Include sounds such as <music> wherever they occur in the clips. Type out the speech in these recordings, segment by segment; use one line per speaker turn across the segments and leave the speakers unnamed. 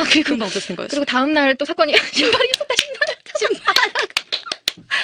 아, 그리고
금방 없어진 거였어.
그리고 다음 날 또 사건이 <laughs> 신발이 있었다 신발 신발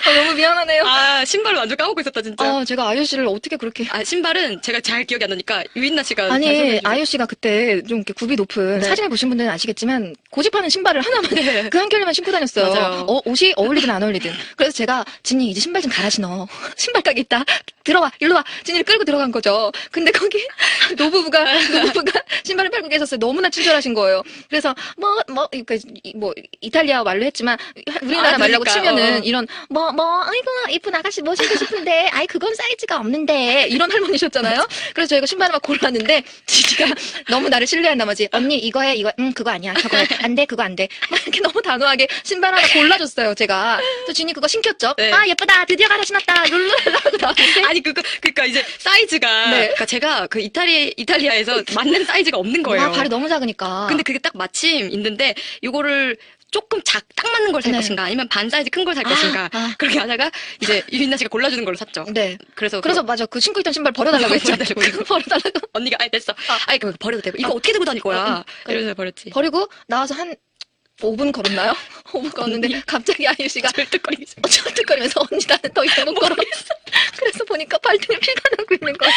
아, 너무 미안하네요.
아, 신발을 완전 까먹고 있었다, 진짜.
아 제가 아이유 씨를 어떻게 그렇게
아, 신발은 제가 잘 기억이 안 나니까 유인나 씨가 잘
아니
설명해 주세요.
아이유 씨가 그때 좀 이렇게 굽이 높은
네.
사진을 보신 분들은 아시겠지만 고집하는 신발을 하나만
네.
그 한 켤레만 신고 다녔어요.
맞아요.
어, 옷이 어울리든 안 어울리든. 그래서 제가 진이 이제 신발 좀 갈아 신어. <laughs> 신발 가게 있다. 들어와 일로 와. 진이를 끌고 들어간 거죠. 근데 거기 <laughs> 노부부가 노부부가 신발을 팔고 계셨어요. 너무나 친절하신 거예요. 그래서 뭐 뭐 그러니까 이- 뭐 이탈리아 말로 했지만 우리나라
아,
말라고
그러니까,
치면은
어.
이런 뭐 뭐 아이고 이쁜 아가씨 뭐 신고 싶은데 아이 그건 사이즈가 없는데 이런 할머니셨잖아요. 그래서 저희가 신발을 막 골랐는데 지지가 너무 나를 신뢰한 나머지 언니 이거 해 이거 응 그거 아니야 저거 안돼 그거 안돼 막 이렇게 너무 단호하게 신발 하나 골라줬어요 제가. 그래서 진이 그거 신겼죠.
네.
아 예쁘다 드디어 갈아 신었다 룰루랄라 하고 나왔는데
아니 그거 그러니까 이제 사이즈가
네.
그러니까 제가 그 이탈리 이탈리아에서 맞는 사이즈가 없는 거예요.
아 발이 너무 작으니까.
근데 그게 딱 마침 있는데 요거를 조금 작 딱 맞는 걸 살
네.
것인가 아니면 반 사이즈 큰 걸 살
아,
것인가
아.
그렇게 하다가 이제 유인나 씨가 골라주는 걸로 샀죠.
네.
그래서
그래서 맞아 그 신고 있던 신발 버려달라고 했죠.
버려달라고
그거 <laughs> 버려달라고.
그 언니가 아이 됐어. 아이 그거 버려도 되고 이거 어떻게 들고 다닐
어, 응.
거야?
그래.
이러면서 버렸지.
버리고 나와서 한 5분 걸었나요? <laughs> 5분 걸었는데 갑자기 아이유 씨가
절뚝거리기 시작.
어쩔뚝거리면서 언니 나는 더 이상 못 걸어. 그래서 보니까 발등에 피가 나고 있는 거야.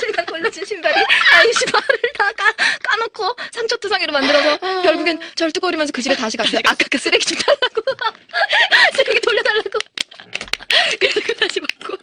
제가 골라준 신발이 아이유 씨 발을 다 까, 까놓고 상처투성이로 만들어서 결국엔 절뚝거리면서 그 집에 다시 갔어요. 아까 그 쓰레기 좀 달라고. 쓰레기 돌려달라고.
<laughs> 그래서 그 다시 받고.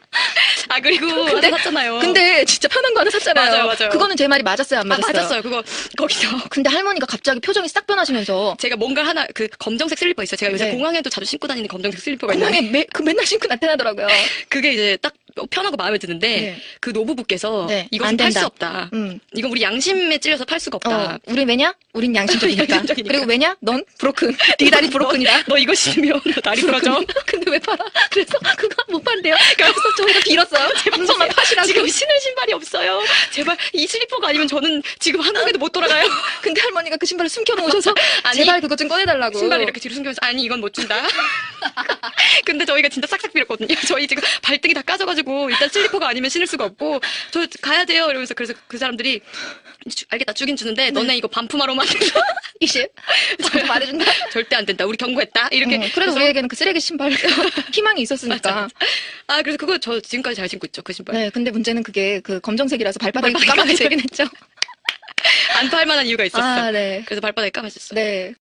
아 그리고
근데-
하나 샀잖아요.
근데 진짜 편한 거 하나 샀잖아요.
맞아요, 맞아요.
그거는 제 말이 맞았어요, 안
아
맞았어요?
맞았어요. 그거 거기서
근데 할머니가 갑자기 표정이 싹 변하시면서
제가 뭔가 하나 그 검정색 슬리퍼 있어요. 제가 요새
네.
공항에도 자주 신고 다니는 검정색 슬리퍼가 있는데
공항에 매, 그 맨날 신고 나타나더라고요.
그게 이제 딱 편하고 마음에 드는데
네.
그 노부부께서
네, 안
이건 팔 수
된다.
없다.
음.
이건 우리 양심에 찔려서 팔 수가 없다.
어, 우린 왜냐? 우린 <laughs> 양심적이니까.
양심적이니까.
그리고 왜냐? 넌 브로큰. 네 다리 브로큰이다.
너 이거 신으면 <laughs> 다리 부러져.
근데 <laughs> 왜 팔아? 그래서 그거 못 판대요. 그래서 저희가
<laughs>
빌었어요. 문서만 파시라고.
지금 신을 신발이 없어요. 제발 이 슬리퍼가 아니면 저는 지금 한국에도 못 돌아가요.
근데 할머니가 그 신발을 숨겨놓으셔서
<laughs> 아니,
제발 그거 좀 꺼내달라고.
신발
<laughs>
이렇게 뒤로 숨겨서 아니 이건 못 준다. 근데 저희가 진짜 싹싹 빌었거든요. <laughs> 저희 지금 발등이 다 까져가지고 일단 슬리퍼가 아니면 신을 수가 없고 저 가야 돼요 이러면서 그래서 그 사람들이 주- 알겠다 주긴 주는데 너네 이거 반품하러만 <laughs> 된다.
20.
<laughs>
자꾸 말해준다.
절대 안 된다. 우리 경고했다. 이렇게
음, 그래도
해서-
우리에게는 그
<laughs>
쓰레기 신발 희망이 있었으니까.
아 그래서 그거 저 지금까지 잘 신고 있죠 그 신발.
네, 근데 문제는 그게 그 검정색이라서 발바닥이
발바닥이
까맣게 되긴 했죠.
안 팔 만한 이유가 있었어.
아, 네.
그래서 발바닥이 까매졌어.
네.